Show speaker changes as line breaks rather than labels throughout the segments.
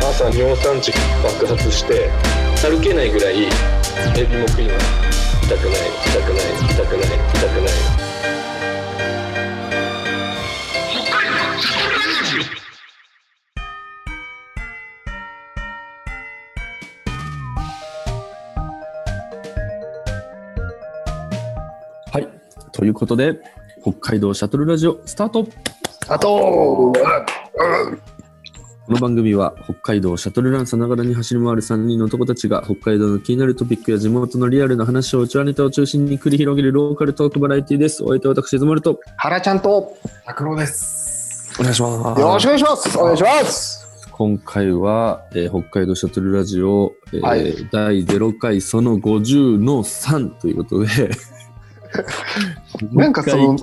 朝尿酸値爆発して歩けないぐらいエビも食います痛くない痛くない痛くない痛くない
はい。ということで、北海道シャトルラジオスタート
あと
この番組は北海道をシャトルランさながらに走り回る3人の男たちが北海道の気になるトピックや地元のリアルな話をうちわネタを中心に繰り広げるローカルトークバラエティです。お相手は私、ズマルと。
原ちゃんと
拓郎です。
お願いします。
よろしくお願いしますお願いします
今回は、えー北海道シャトルラジオ、えー
はい、
第0回その50の3ということで
なんかその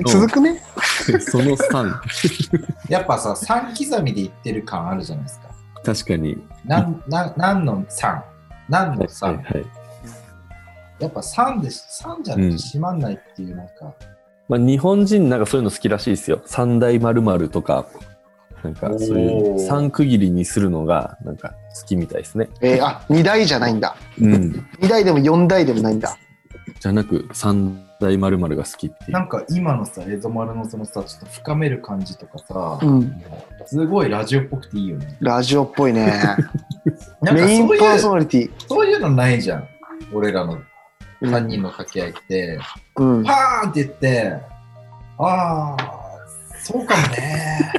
うん
続くね
その3、
やっぱさ、三刻みで言ってる感あるじゃないですか。
確かに。
なん、なん、なんの三なんの
はい
三
はい
やっぱ三で、三じゃなくて閉まんないっていう、なんか、
まあ、日本人なんかそういうの好きらしいですよ。三大まるとか、なんかそうい
おー
う三区切りにするのがなんか好きみたいですね。
えーあ二台じゃないんだ
うん、
二台でも四台でもないんだ
じゃなく、3大まるが好きってい
な
う。
んか今のさ、エゾマルのそのさ、ちょっと深める感じとかさ、
うん
すごいラジオっぽくていいよね。
ラジオっぽいね
なんか
メイン
そう
パ
い
ー
う、
ソナリティ
そういうのないじゃん。俺らの三人の掛け合いって、
うん
パーンって言って、ああ、そうかも ね。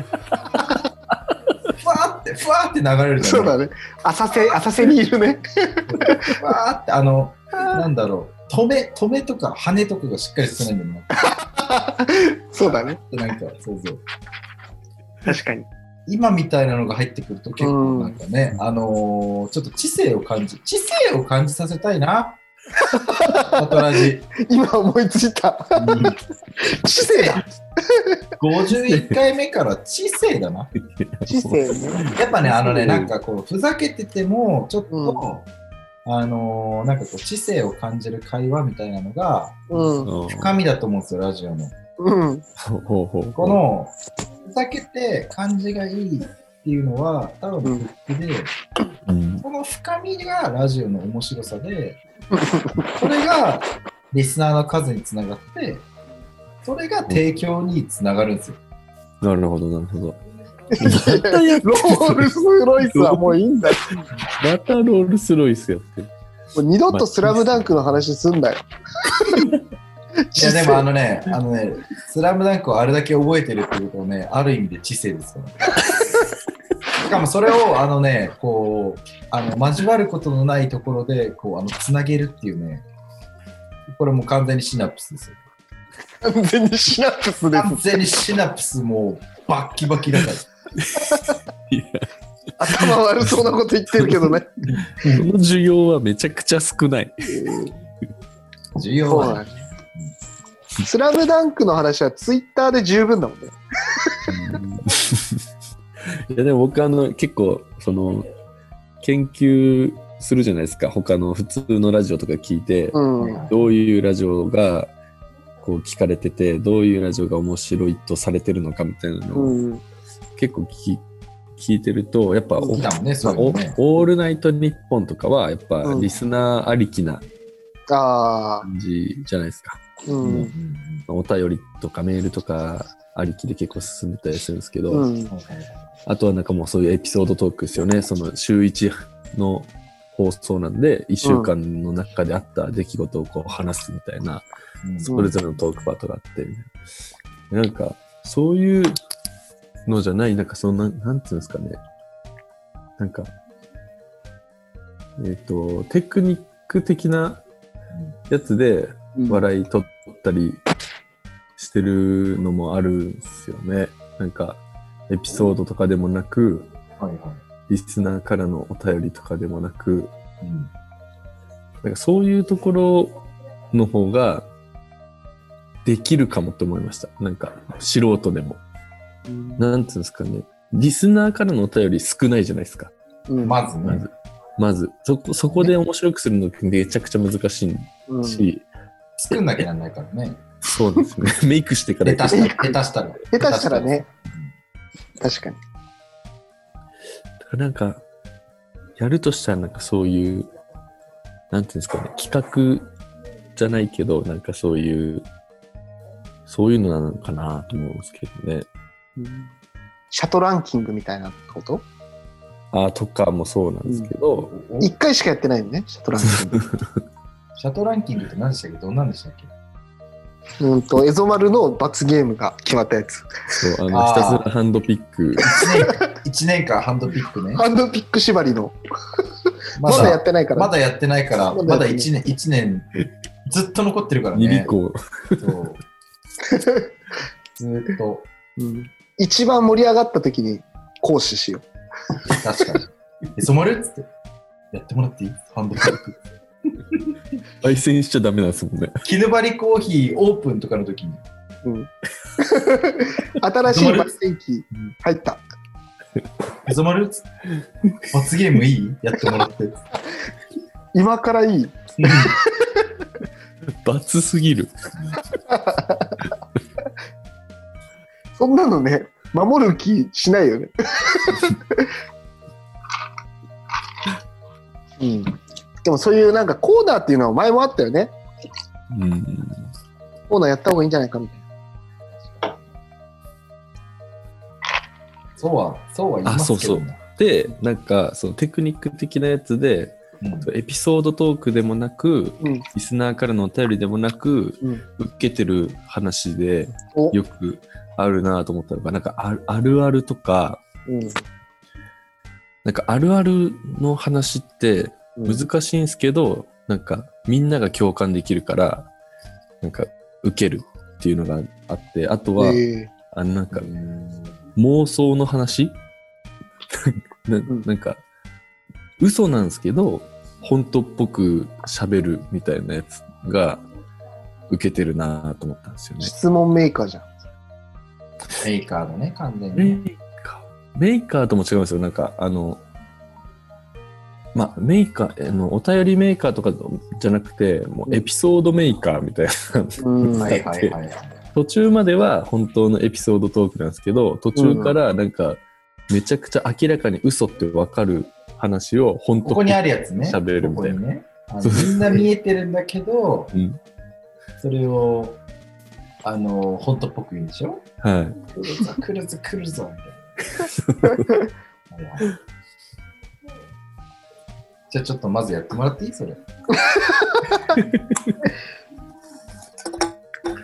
ふわって、ふわって流れるじゃ
そ
ん
うだね浅瀬浅瀬にいるね
わーってあのなんだろう止め止めとか羽とかがしっかりしてないんだよな
そうだね
なんかそうそう
確かに
今みたいなのが入ってくると結構なんかね、あのーちょっと知性を感じ知性を感じさせたいなパトラジ、
今思いついた
うん
知性だ
51回目から知性だな
知性ね
やっぱねあのねなんかこうふざけててもちょっと、あのーなんかこう知性を感じる会話みたいなのが
うん
深みだと思うんですよラジオの。
うん
ほうほうほう
このふざけて感じがいいっていうのは多分別で、
うん
この深みがラジオの面白さでそれがリスナーの数につながってそれが提供につながるんですよ。
なるほど、なるほ ど。
ロールスロイスはもういいんだよ
またロールスロイスやってる。
もう二度とスラムダンクの話すんだよ。
いやでもあのね、あのね、スラムダンクをあれだけ覚えてるってことをね、ある意味で知性ですから。しかもそれをあのね、こう、あの交わることのないところで、こう、あの、つなげるっていうね、これもう完全にシナプスですよ。
完全にシナプスで
完
す。
全にシナプスもうバッキバキだから。
頭悪そうなこと言ってるけどね。
この需要はめちゃくちゃ少ない。
重 要
そうだ
はね
ね。スラムダンクの話はツイッターで十分だもんね。
いやでも僕あの結構その研究するじゃないですか他の普通のラジオとか聞いて、
うん。
どういうラジオがこう聞かれててどういうラジオが面白いとされてるのかみたいなのを
うん。
結構聞き聞いてるとやっぱお
好きだもんね、
ま
そ
あ
うい
お
うのね。
オールナイトニッポンとかはやっぱ
うん
リスナーありきな
ああ。
感じじゃないですか、
う。
うんうんん
お便りとかメールとかありきで結構進んでたりするんですけど、
うん。
そうそう
あとはなんかもうそういうエピソードトークですよね。その週1の放送なんで、1週間の中であった出来事をこう話すみたいな、
うん
それぞれのトークパートがあってみたいな、なんか、そういうのじゃない、なんかその、なんなんていうんですかね。なんか、えっ、と、テクニック的なやつで笑い取ったりしてるのもあるんですよね。なんか、エピソードとかでもなく、
はいは
リスナーからのお便りとかでもなく、
い。うん
なんかそういうところの方ができるかもって思いました。なんか素人でも。なんていうんですかね。リスナーからのお便り少ないじゃないですか。
うん。
まず
ま
ね、
ず。まず。そこ、そこで面白くするのってめちゃくちゃ難し
うん
い
下
し、
作んなきゃなんないからね。
そう ですね。メイクしてか
下
ら
手したら、下手したら。
手したらね。確かに。
からなんか、やるとしたらなんかそういう、なんていうんですかね、企画じゃないけど、なんかそういう、そういうのなのかなと思うんですけどね。
うんシャトランキングみたいなこと
あーとかもそうなんですけど、
おシ
一回しかやってないのね、シャトランキング。
ャトランキングって何でしたっけどんなんでしたっけ
うんと、エゾマルの罰ゲームが決まったやつ。
そうあの
あー
ひたすらハンドピック、
1年間ハンドピックね。
ハンドピック縛りの。
ま
まだやってないから。
ま だやってないから、
まだ
まだ
やって
1年、一年、ずっと残ってるから
2リ
ね。
コ、
そうずーっと、
うん一番盛り上がった時に行使しよ
確かに。え、染まるっつって。やってもらっていいハンドピック。
焙煎しちゃダメなんですもんね。
絹張りコーヒーオープンとかの時に、
う。うん新しい焙煎機入った。
え、染まるっつって。罰ゲームいいやってもらって。
今からいい。
罰すぎる。
そんなのね、守る気しないよね。うん、でもそういうなんかコーナーっていうのは前もあったよね。
うん。
コーナーやった方がいいんじゃないかみたいな。
そうは、そうは言いますけどね。
で、なんか、そのテクニック的なやつで、
うん
エピソードトークでもなく、
うん
リスナーからのお便りでもなく、
うん
受けてる話で
お
よくあるなと思ったのが、なんかあるあるあるとか、
うん
なんかあるあるの話って
うん
難しいんですけど、なんかみんなが共感できるから、なんか受けるっていうのがあって、あとは、
え
あのなんか妄想の話 ななんか、嘘なんですけど、本当っぽく喋るみたいなやつが受けてるなぁと思ったんですよ
ー
ね。
質問メーカーじゃん。
メーカーのね、完全
メ
に。
ーカーメーカーとも違いますよ。なんか、あの、まあ、メーカー、あの、お便りメーカーとかじゃなくて、もうエピソードメーカーみたいな。
うん
はいはいはい。
途中までは本当のエピソードトークなんですけど、途中からなんか、めちゃくちゃ明らかに嘘ってわかる話を本当
ここにあるやつね。
喋るみ
こ
た
こ
いな
にね。あのみんな見えてるんだけど、
うん
それを、あの、本当っぽく言うでしょ
はい。
来るぞ、来るぞ、来るぞ、みたいなはいはい。じゃあちょっとまずやってもらっていいそれ。
ちょっ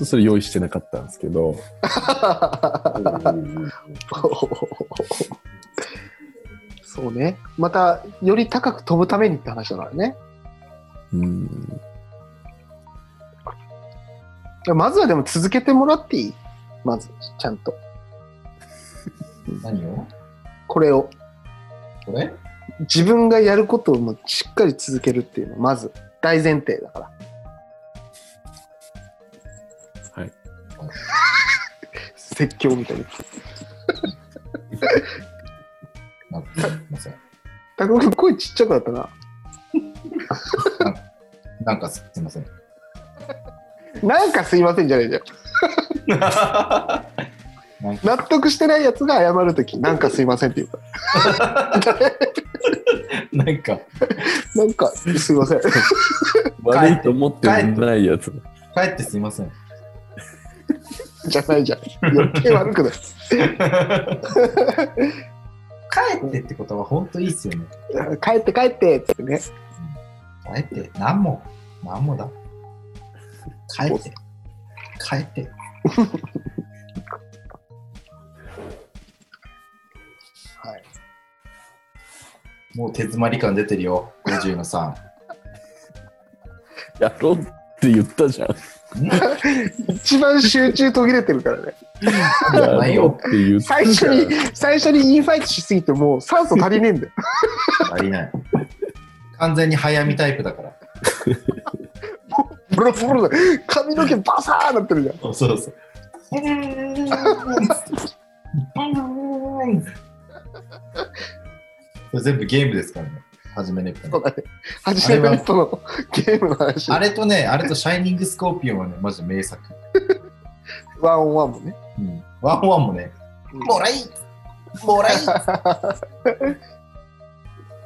とそれ用意してなかったんですけど、
そうね。また、より高く飛ぶためにって話だからね。
うん、
まずはでも続けてもらっていいまず、ちゃんと。
何を
これを。
これ
自分がやることをもうしっかり続けるっていうのはまず大前提だから
はい。
説教みたいな
なんかすいません。
たくまくん声ちっちゃくなったな
なんかすいま せん。
なんかすいませんじゃないじゃん
なんか
納得してないやつが謝るときなんかすいませんって言うか
なんか、
らなんかすいません
悪いと思ってないやつ。
帰ってすいません。
じゃないじゃん余計悪くない
帰ってってことは本当いいっすよね。
帰って帰ってっつってね
帰って、なんも、なんもだ。帰って、帰って。
はい
もう手詰まり感出てるよ、50の3。
やろうって言ったじゃん。
一番集中途切れてるからね
やろうって言った
最
じ
初
ゃん。
に最初にインファイトしすぎてもう酸素足りねえんだよ
足りない。完全に早見タイプだから。
ボロボロだ髪の毛バサーなってるじゃん
そうそう。それ全部ゲームですからね。初めねっから
そうだね。初めの人のゲームの話。
あれとね、あれとシャイニングスコーピオンはね、マジ名作。
ワンオンワンもね。
うんワンワンもね、もらいも らい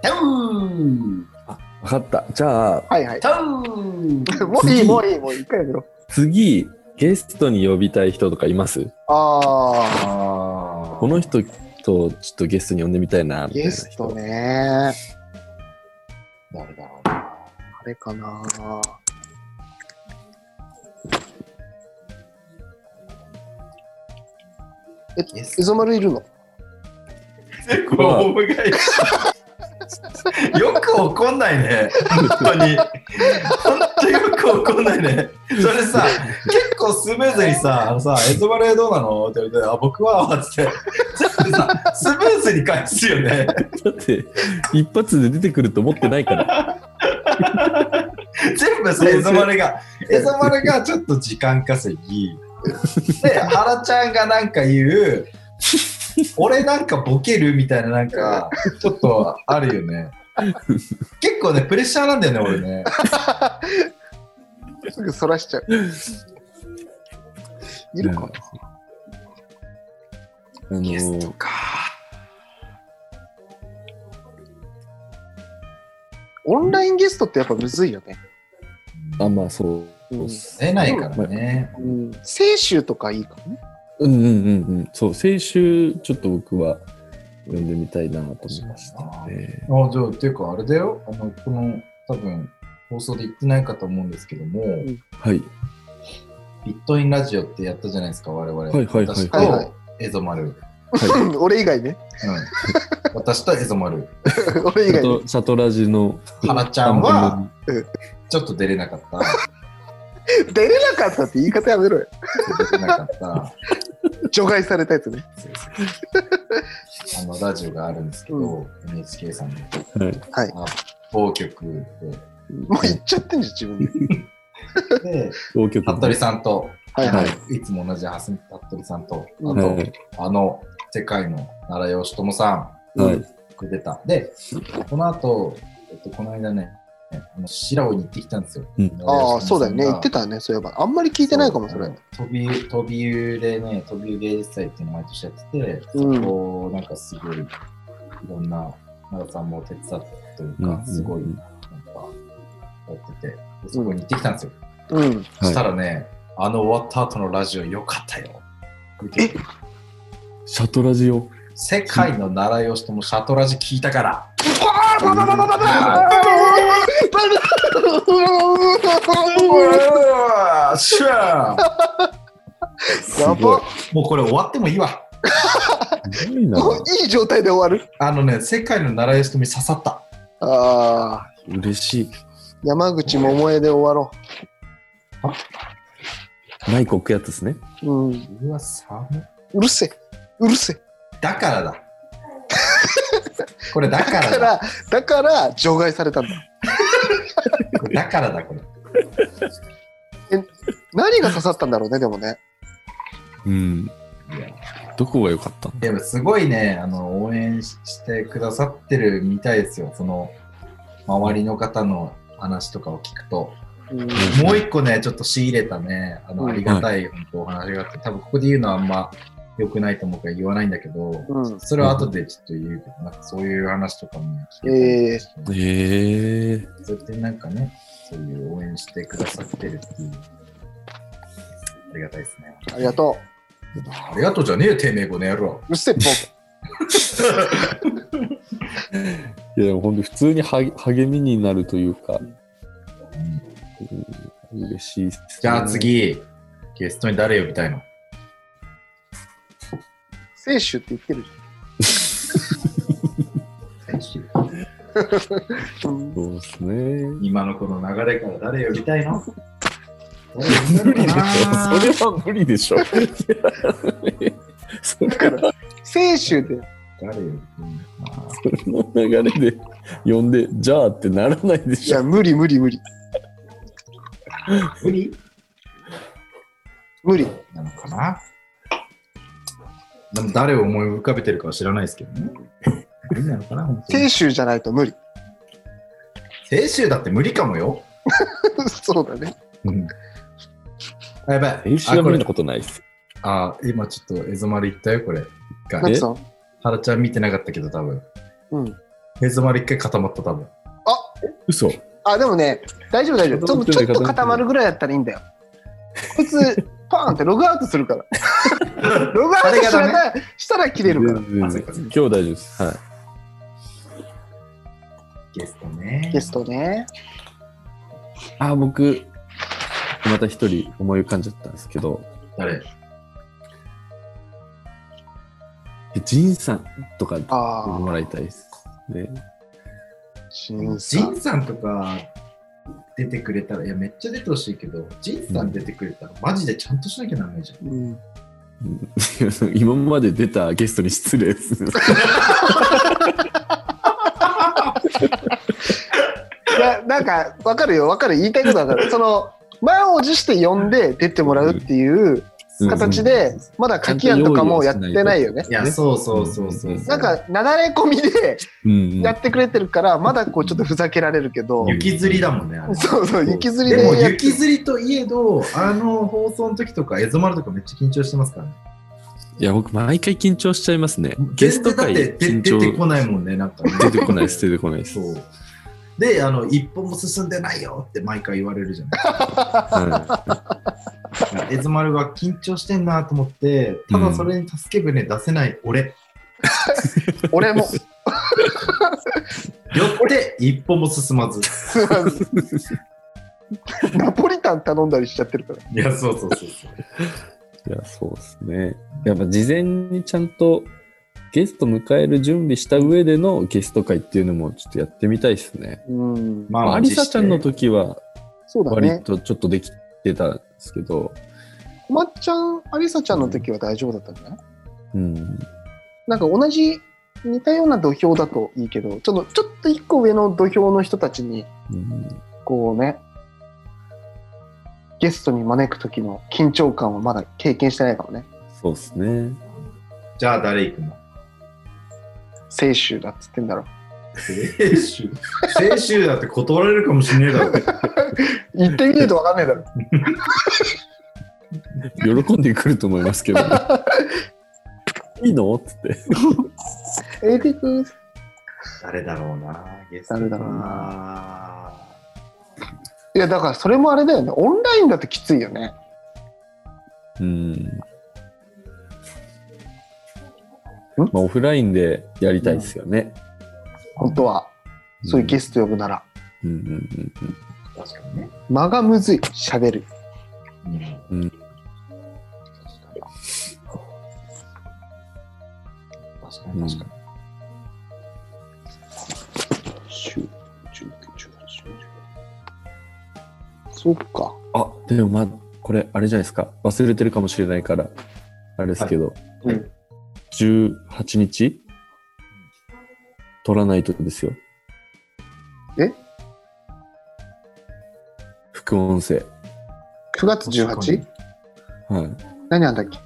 タウ
分
ン
かった。じゃあ、
はいはい。
タウン
もういい、もういい、もういい。一回やめろ。
次、ゲストに呼びたい人とかいます
あ
あ
この人とちょっとゲストに呼んでみたいな、
ー、
みたい
ゲ
な
ス
人
ト。ね。
誰だろうな
あれかな。え、
ゲスト
エゾマルいるの
これオウム返しよく怒んないね本当に本当よく怒んないねそれさ結構スムーズにさ「あのさエゾバレどうなの?」って言われて「あ僕は」っつって全部さスムーズに返すよね
だって、一発で出てくると思ってないから。
全部さエゾバレ がエゾバレがちょっと時間稼ぎで原ちゃんがなんか言う俺なんかボケるみたいななんかちょっとあるよね結構ねプレッシャーなんだよね俺ね
すぐそらしちゃう。いるかな
あのー、
オンラインゲストってやっぱむずいよね。
あ、まあそう。
う
そうんっす
出ないからね。
うん。清州とかいいかもね。
うんうんうんうん。そう、先週、ちょっと僕は呼んでみたいなと思いましたね。
あじゃあ、っていうか、あれだよ。あの、この、多分、放送で言ってないかと思うんですけども、
ん
はい。
ビットインラジオってやったじゃないですか、我々。はい
はいはい
私
はいはい
と、エゾマル。うん。
うん 俺以外ね。
私とエゾマル。
俺以
あ
外ね。
と、シャトラジの
ハラちゃんは、
番
ちょっと出れなかった。
出れなかったって言い方やめろよ。
出れなか った。
除外されたやつね。
そうそうあの、ラジオがあるんですけど、
う
NHK さんの
組
はい。
某局で。
もう言っちゃってんじゃん、自分で。
で、
大曲
服部さんと、
はいはい。
いつも同じ蓮服部さんと、あと、
はい
あの、世界の奈良義友さん、
はい。
く出た。で、この後、えっと、この間ね、あの白尾に行ってきたんですよ。
うん
ああ、そうだよね。言って
た。
たね、そういえば。あんまり聞いてないかも、それ。。
飛び、飛び湯でね、飛び湯芸術祭っていうのを毎年やってて、
うん
こう、なんかすごい、いろんな、奈良さんも手伝ってという
うん
か、すごい、なんか、やってて、でそこに行ってきたんですよ。
うん。
はい
したらね、あの終わった後のラジオ良かったよ。
え
シャトラジオ。
世界の奈良義友シャトラジ聞いたから。
あバババババババ
シャー
やば
もうこれ終わってもいいわ。
すごいな。
もういい状態で終わる
あのね、世界の習い人に刺さった。
ああ
嬉しい。
山口百恵で終わろ
マイク置くやつですね。
ううん
うわ、寒い。
うるせえうるせえ
だからだ。 これだか
だ
ら
か
だ。
らだから除外されたんだ
これだからだ、これ。
何が刺さったんだろうねでもね
うん。どこが良かったの
でもすごいね、あの、応援してくださってるみたいですよ。その、周りの方の話とかを聞くと。
うん
もう一個ね、ちょっと仕入れたね、あ
う
の、
ん
ありがたい、本当お話があって、多分ここで言うのはあんま良くないと思うから言わないんだけど、
うん
それは後でちょっと言うけど、なんかそういう話とかも聞
え
い
え
たりして
へえ。
そうやってなんかね、そういう応援してくださってるっていう。ありがたいですね。
ありがと
ありがとうじゃねえよ、てめえこの野郎。
ううるせえボ
いや、でも本当普通には励みになるというか、うん嬉しいっすね、
じゃあ次、ゲストに誰呼びたいの
清酒って言ってるじゃんうん
そうですね。
今のこの流れから誰呼びたいの
無理でしょ。それは無理で しょ。いやそれ
だから清酒で
誰呼びたいの
それの流れで呼んで、じゃあってならないで
い
し
や
ょ。
無理無理無理
無理
無理
なのかなでも誰を思い浮かべてるかは知らないですけどね。無理なのかな本当
清
に。
酒じゃないと無理
青州だって無理かもよ。
そうだね
うんあやばい。
練習
あ
は
こ
無
れ
理なことないです。
あ、今ちょっとエゾマル言ったよ、これ。一
な
回
ん
え
つうの
ハラちゃん見てなかったけど、多分。
うん。
ヘズマル一回固まった、多分。
嘘。
あ、でもね、大丈夫大丈夫。ちょっとちょっと固まるぐらいだったらいいんだよ。こいつ、 パーンってログアウトするから。ログアウトした
あれが
ら、したら切れるから。
全然
あそっかそっ
今日大丈夫です。はい。
ゲストね
ゲストね。
あー、僕、また一人思い浮かんじゃったんですけど、
誰
えジンさんとかで
あ
もらいたいです。ね、
あ、新
ジ
さ
ンさんとか出てくれたら、いや、めっちゃ出てほしいけど、ジンさん出てくれたら、マジでちゃんとしなきゃダメじゃん。
うん。
今まで出たゲストに失礼です。
いや、なんか、わかるよ、わかる。言いたいことわかる。その、満を持して呼んで出てもらうっていう形で、まだ書き案とかもやってないよね。
いや、そうそうそうそう。
なんか、なだれ込みで
うん、
やってくれてるから、まだこう、ちょっとふざけられるけど、
雪吊りだもんね、あれ。
そうそう、雪吊り
で
で
も
やっ
雪吊りといえど、あの放送の時とか、エゾマルとかめっちゃ緊張してますからね。
いや、僕、毎回緊張しちゃいますね。ゲスト会、
全
緊張
然だって出てこないもんね、なんか、ね。
出てこないです、出てこないです。
そう。で、あの、一歩も進んでないよって毎回言われるじゃない
は
ですか。エズマルは緊張してんなと思って、ただそれに助け舟出せない俺。
俺も、
よって、一歩も進まず。
す いませんナポリタン頼んだりしちゃってるから。
いや、そうそうそう
い、
そう。
いや、そうですね。やっぱ事前にちゃんとゲスト迎える準備した上でのゲスト会っていうのもちょっとやってみたいですね。
うん。
ま
まあ、
あ
アリサちゃんの。
実
時は
そうだね
割。とちょっとできてたんですけど、
こまっちゃん、ありさちゃんの時は大丈夫だったんじゃない
うん、
なんか同じ似たような土俵だといいけど、ちょっとちょっと一個上の土俵の人たちに、
うん
こうね、ゲストに招く時の緊張感はまだ経験してないかもね。
そうですね。
してじゃあ、誰行くの
青州だっつってんだろ。
青州。青州だって断られるかもしんねえだろ。
行ってみないとわかんないだ ろ。
喜んでくると思いますけど、 いいのっつって。
ええでく
誰だろうな。ゲスト
誰だろう
な。
いや、だからそれもあれだよね。オンラインだときついよね。
うん
ん
まあ、オフラインでやりたいですよね。
本当は。そういうゲ
ス
スト呼ぶなら。
ト。うんうん
確かにね。
間がむずい。喋る。
うん
うん
確か
うんう
に
ん
確かに。
そっか。
あでもまあこれあれじゃないですか忘れてるかもしれないからあれですけど、
はいはい
18日取らないとですよ。
え
副音声。
9月 18?
はい。
何なんだっけ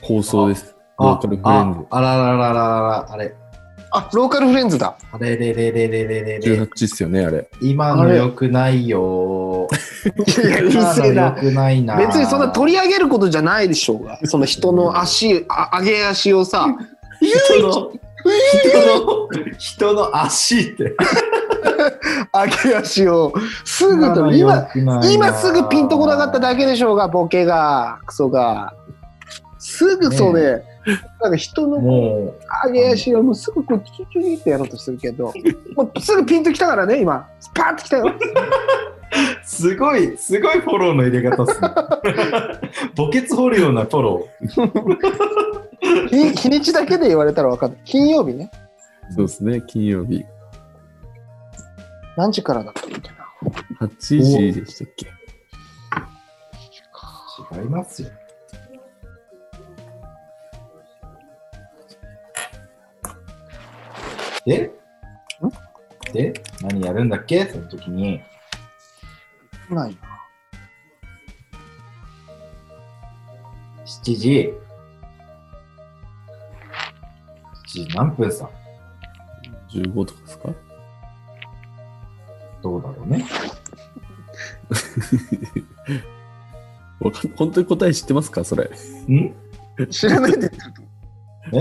放送です。ロー
あ
カルフレン
ああらららららら、あれ。
あ、ローカルフレンズだ。
あれれれれれれれ
ズ。
れ。
18っすよね、あれ。
今の良くないよ。
い や、うる
今
せ
の
え
良
な。
くないな。
別にそんな取り上げることじゃないでしょうが、その人の足、あ上げ足を さ、
人の人の人の足って。
上げ足をすぐと、今、今すぐピンとこなかっただけでしょうが、ボケが、クソが。すぐそうね、なんか人の
も
上げ足をもうすぐこう、チュチュチュってやろうとするけど、もうすぐピンときたからね、今、スパーってきたよ。
う、すごい、すごいフォローの入れ方っすね。 墓穴掘るようなフォロ
日日にちだけで言われたらわかる。金曜日ね、
そうですね、金曜日。
何時からだったっけな。
8時でしたっけ
ー。違いますよ。でで何やるんだっけその時に。
ない
7時。7時何分さ
?15 とかですか
どうだろうね。
わかん本当に答え知ってますかそれ。
ん
知らないで言ってると。
え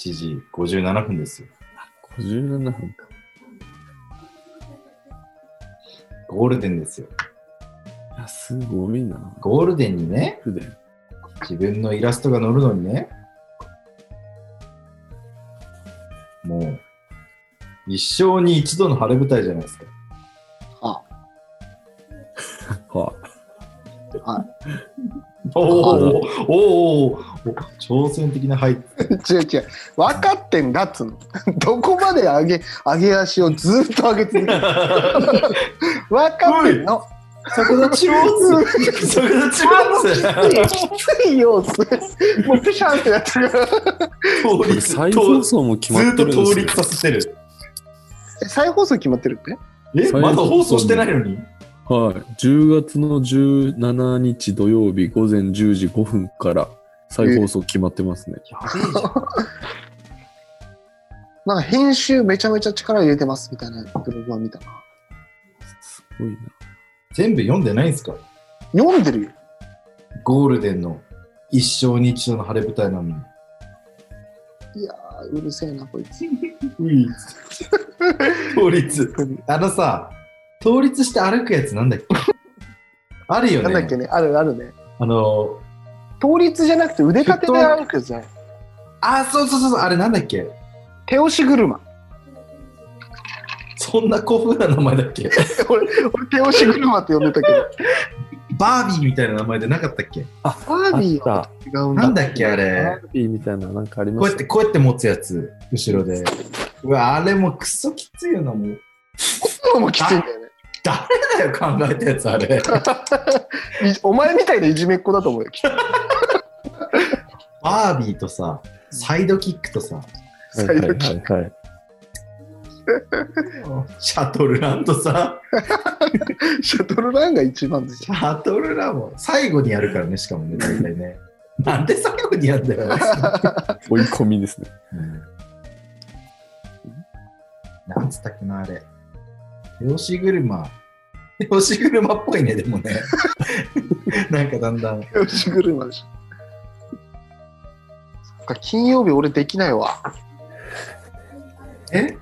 7時57分ですよ。
57分か。
ゴールデンですよ。
いや、すごいな。
ゴールデンにね、
ゴールデン。
自分のイラストが載るのにね、もう、一生に一度の晴れ舞台じゃないですか。
は
おおおお挑戦的なはい。
違う違う分かってんだっつうのどこまで上げ上げ足をずっと上げ続ける分かってんの
逆立ちを打つ。逆立ちを打つ。
きついよもうペシャンってなってるから
これ再放送も決
ず
ま
っ
って
と
るんですよ
倒立させてる。
え再放送決まってるって
え、まだ放送してないのに
はい。10月の17日土曜日午前10時5分から再放送決まってますね。
なんか編集めちゃめちゃ力入れてますみたいなブログは見たな
すごいな。
全部読んでないんですか
読んでるよ
ゴールデンの一生に一度の晴れ舞台なの に。
いやーうるせえなこいつ
倒立。あのさ、倒立して歩くやつなんだっけ あるよ
な
ね。
んだっけねあるあるね
あの、
倒立じゃなくて腕立てで歩くやつじゃない
あ、そうそうそうそう、あれなんだっけ
手押し車
そんな古風な名前だっ け
俺俺手押し車って呼んでたけど
バービーみたいな名前でなかったっけ
バービーは
あ
違うんだ
なんだっけあれ
ハ。ッピーみたいな、なんかあり
こ
ま
う
し
やったて、
ね。
こうやって持つやつ、後ろで。うわ、あれもうクソきついよな、もう。
そうもきついんだよね
誰だよ、考えたやつ、あれ。
いお前みたいないじめっ子だと思うよきっと
バービーとさ、サイドキックとさ、
はい
最悪
はい はい。
シャトルランとさ、
シャトルランが一番です
シャトルランも最後にやるからね、しかもね、大体ね。なんで最後にやんだよ。
追い込みですね。
うんなんつったっけな、あれ。手押し車。 手押し車っぽいね、でもね。 なんかだんだん。
手押し車でしょそっか金曜日俺できないわ
え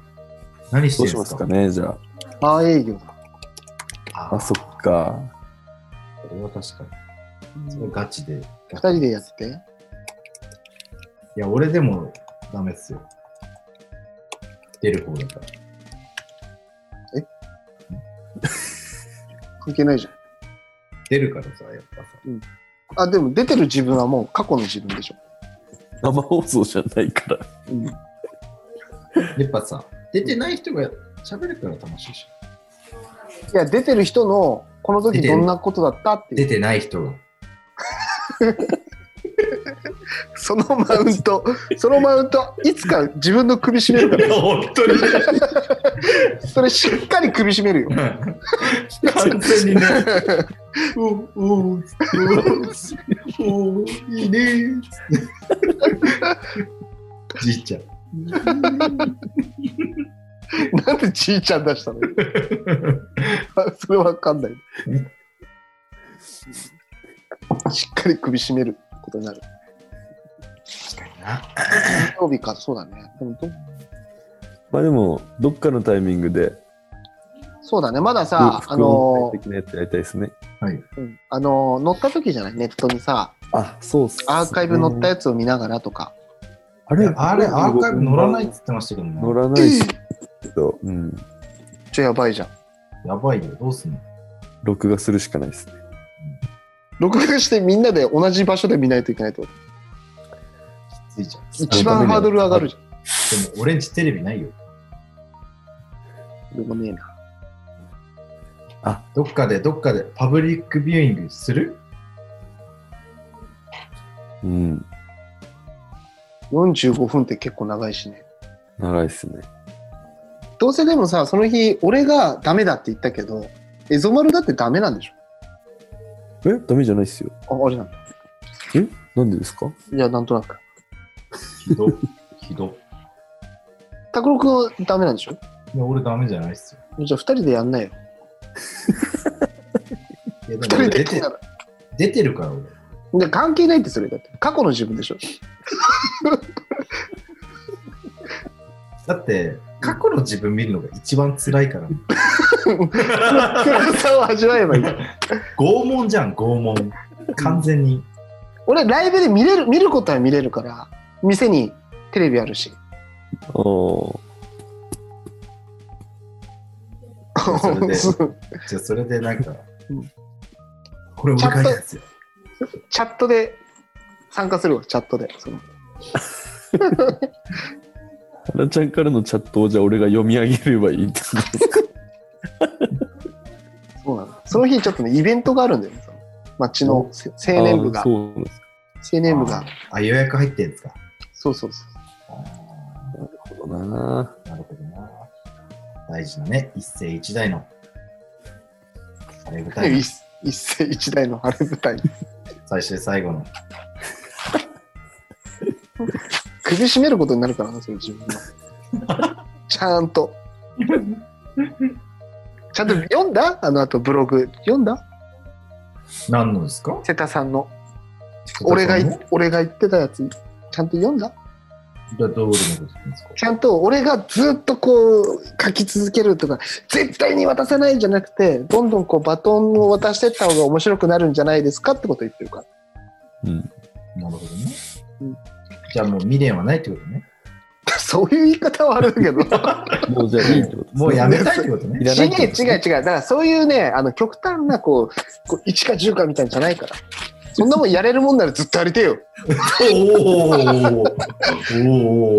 何して
どう
るん
し
で
ますす
か
かね、じゃあ。
あ営業だ
あ
あ、そっか。
これは確かに。それガチで。
二人でやって
いや、俺でもダメっすよ。出る方だから。
関係ないじゃん
出るからさ、やっぱさ。
あでも出てる自分はもう過去の自分でしょ
生放送じゃないから。
やっぱさ、出てない人が喋るから楽しいじ
いや出てる人のこの時
出てる
どんなことだったっ
ゃ
て
ん。
い
出
う
てな い人が。
そのマウントそのマウントいつか自分の首絞めるか
本当に。
らそれしっかり首絞めるよ
完全にね。 おおおおいいね。じいちゃん。
なんでじいちゃん 出したのあそれわかんない。しっかり首絞めることになる。金曜日か、そうだね。でもど
まあでも、どっかのタイミングで、
そうだね。まださ、あ
副音
の
声的なやつやりたいですね。
ー、うんあのー載った時じゃないネットにさ、
あ、そうっすね。
アーカイブ載ったやつを見ながらとか。
あれ
あれ、アーカイブ乗らないって言ってましたけどね。
乗らないっすけど、うん。
ちょ、やばいじゃん。
やばいよ、どうすんの
録画するしかないですね。
録画してみんなで同じ場所で見ないといけないってこと
じいちゃん。
一番ハードル上がるじゃん。
でも、俺んちテレビないよ。
でもねえな。
どっかで、どっかでパブリックビューイングする
うん。
45分って結構長いしね。
長いっすね。
どうせでもさその日俺がダメだって言ったけどエゾマルだってダメなんでし
えダメじゃないっすよ。
ょああれなんだ
なんでですか
いやなんとなく
ひ ど。ひど。
拓郎君はダメなんでしょ
いや、俺ダメじゃないっすよ。
じゃあ2人でやんないよ
い
2
や、でも
人
俺
で
出
来
て
たら
出てるから、俺。
で関係ないってそれだって過去の自分でしょ
だって、過去の自分見るのが一番辛い から。
辛さを味わ えばいい
拷問じゃん、拷問。完全に。
俺ライブで見れる見ることは見れるから店にテレビあるし
おー
それで
チ
じゃあ、それでなんか
うん、
これ俺が書いたやつよ。
ャットで参加するわチャットでその
原ちゃんからのチャットをじゃあ俺が読み上げればいいってことですか
そうなのその日ちょっとねイベントがあるんだよねその町のせ青年部
あー
が青
そうなんです
年部が
あ、予約入ってんすか。
そうそうそう
あ
けどな。
ーなるほどな。大事なね、一世一代の。あれ舞台の
一一世一代の晴れ舞台
最終最後の。
首絞めることになるからなそれ自分は ちゃんとちゃんと読んだあのあとブログ読んだ
何のですか
瀬田さんの俺が
い
い俺が言ってたやつちゃんと読んだ
どういうことですか
ちゃんと俺がずっとこう書き続けるとか絶対に渡さないんじゃなくてどんどんこうバトンを渡してった方が面白くなるんじゃないですかってこと言ってるから
うん。
なるほどね
うん。
じゃあもう未練はないってことね。
笑 そういう言い方はあるけど
もうじゃあいいってことですね
もうやめたいってことね
い。らな
違
いって
う
ことです
違う違
ね
うだからそういうねあの極端なこうこう1か10かみたいなんじゃないからそんなもんやれるもんならずっとやりてえよ
おお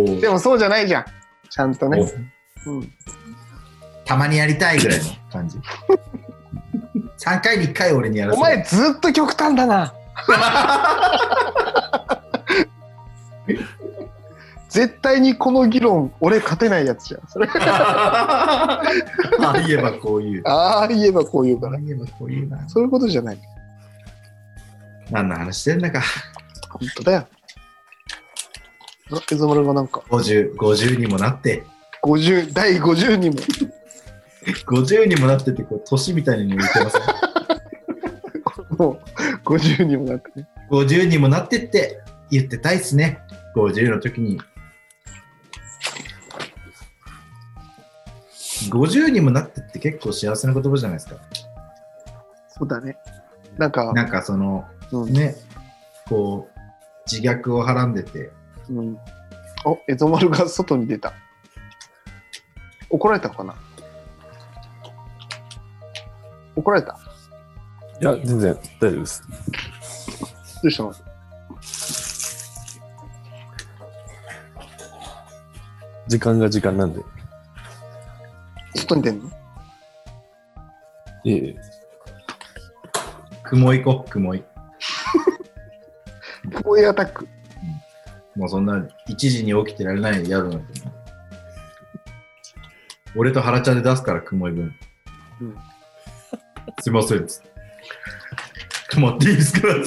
おお
でもそうじゃないじゃんちゃんとねうん
たまにやりたいぐらいの感 じ。3回に1回俺にやら
お
せる
前ずっと極端 だな絶対にこの議論俺勝てないやつじゃんそれ
ああ言えばこういう。
ああ言えばこう言うか
ああ
ら
言えばこういうな。
そういうことじゃない
何の話してんだか。
本当だよあ江戸丸がなんか
50、50にもなって、
50第50にも
50にもなってって、こう、年みたいに言ってますね。
もう50にもなってね
50にもなってって言ってたいっすね。50の時に。50にもなってって結構幸せな言葉じゃないですか。
そうだね。なんか、
なんかその、
うん
ね、こう、自虐をはらんでて、
うん、お、エゾマルが外に出た。怒られたのかな怒られたど
いや、全然大丈夫です。
うしたの
時間が時間なんで。
外に出んの
いえいえ。
雲いこ、雲い。
こういうアタック。
もうそんな、1時に起きてられない宿なんてね。俺と原ちゃんで出すから、雲い分。
うん
すいませんっつって。止まっていいですかっ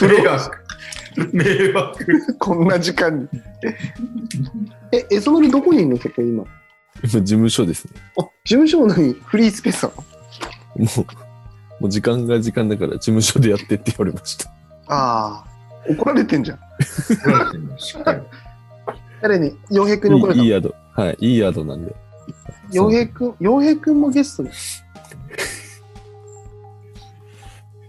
て。迷惑。迷惑。
こんな時間に。え、エゾマルどこにいるのそこ今。あ、
今、事務所ですね。
事務所の何フリースペースなの
もう、もう時間が時間だから事務所でやってって言われました。
ああ。怒られてんじゃん。
怒られてんのしっかり。
誰に洋平
い
君に怒ら
いいい
れ
宿。はい、いい宿なんで。
た洋平君、洋平君もゲストに。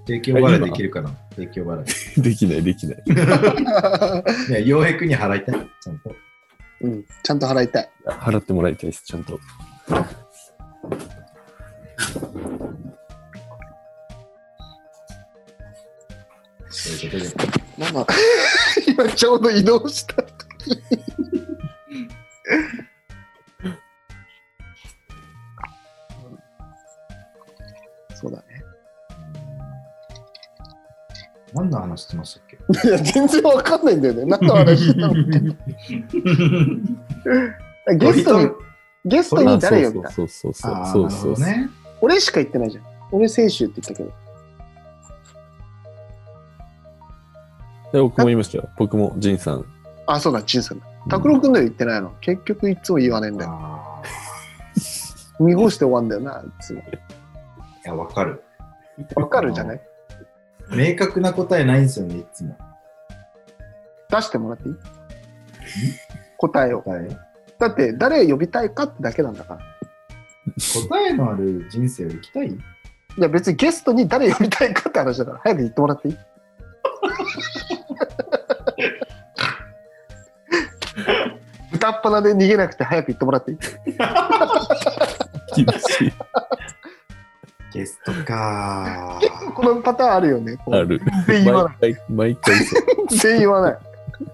提供払いできるかな提供払い。
そうできない、できない。
いや、洋平君に払いたい。ちゃんと。
うん、ちゃんと払いたい。
払ってもらいたいです、ちゃんと。
そういうことで。
マ マ今ちょうど移動した時にそうだね
何の話してましたっ け
いや全然わかんないんだよね何 の話して たのゲストにゲストに誰呼びたい
そうそうそう
ああ、
そ
な
う
る
そ
ほ
う
ど
そう。
ね。
俺しか言ってないじゃん俺選手って言ったけど
で僕も言いましたよ。僕も、ジンさん。
あそうだ陳さんだ拓郎君の言ってないの結局いつも言わねえんだよ
あー
見越して終わんだよなあいつも
いや、わかる。
わかるじゃない
明確な答えないんですよね、いつも。
出してもらっていい答えを。
答え。
だって、誰を呼びたいかってだけなんだから。
答えのある人生を生きたい
いや、別にゲストに誰呼びたいかって話だから、早く言ってもらっていい歌っ鼻で逃げなくて早く言ってもらっていい
厳しい。
ゲストか
結 構このパターンあるよね。こう
ある。
全員言わない。
毎回、毎回そう。
全員言わない。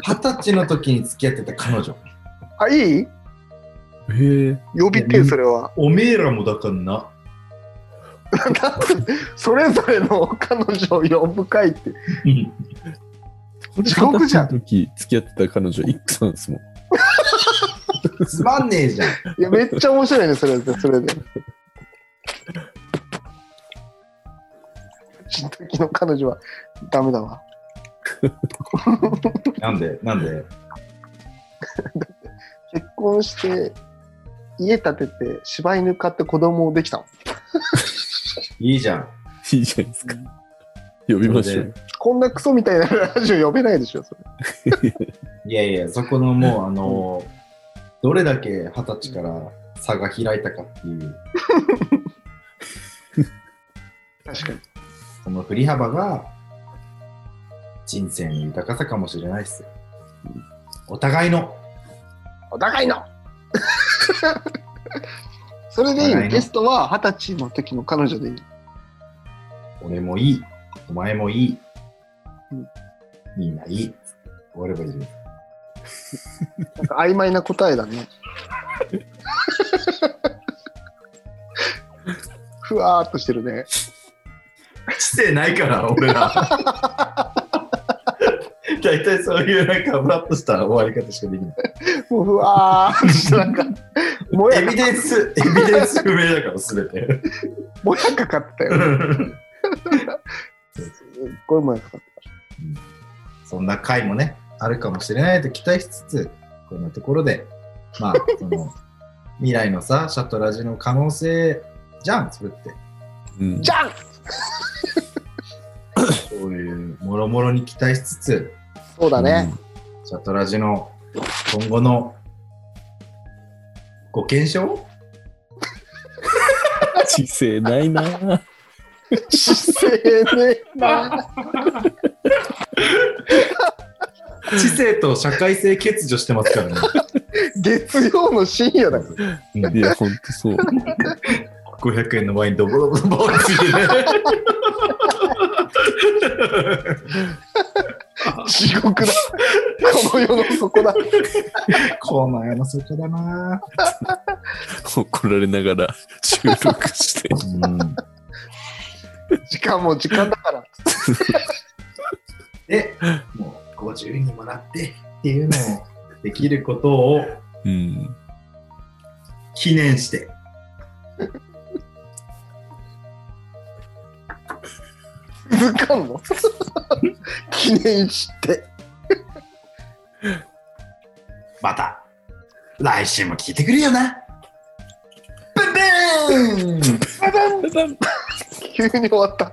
二十歳の時に付き合ってた彼女。
あ、いい
へえ。
呼びてえ、それは。
おめえらもだからな。
だってそれぞれの彼女を呼ぶ会って。地獄じゃん
二十歳の時付き合ってた彼女、イックさんですもん。
つまんねえじゃん。
いや、めっちゃ面白いね、それで、そ れで。その時の彼女はダメだわ。
なんでなんで
結婚して、家建てて、柴犬買って子供できたの。
いいじゃん。
いいじゃないですか。呼びましょう。
こんなクソみたいなラジオ呼べないでしょ、それ。
いやいや、そこのもう、あの、どれだけ二十歳から差が開いたかっていう、
確かに。
その振り幅が人生の豊かさかもしれないっすよ。お互いの。
お互いの それでいいの
お互いの
ゲストは二十歳の時の彼女でいい
俺もいい。お前もいい。
うん
みんないい。終わればいいです。
なんか曖昧な答えだね。 ふわーっとしてるね。
知性ないから、俺ら。大体そういうなんかフラッとした終わり方しかできない。
もうふわーっとしてなんか、もや
エビ
か、
デンス、エビデンス不明だから、すべて。
もやかかってたよ。すっごいもやかかって
そんな回もね、あるかもしれないと期待しつつ、こんなところで、ま あ、その、未来のさ、シャトラジの可能性じゃん、それって。
うん
た。じゃん
そういう、もろもろに期待しつつ、
そうだね。
シャトラジの今後のご検証
知性ないなぁ。
姿勢ね。な
知性と社会性欠如してますからね。
月曜の深夜だから。
いや、ほんとそう。
500円のワインドボドボドボついてね。
地獄だ。この世の底だ。
この世の底だな
怒られながら収録して。
うん
時間も時間だから。
で、もう50にもなってっていうのをできることを
うん。
記念して。
続かんの 記念して。
また来週も聞いてくれよなブンブーン
急に終わった。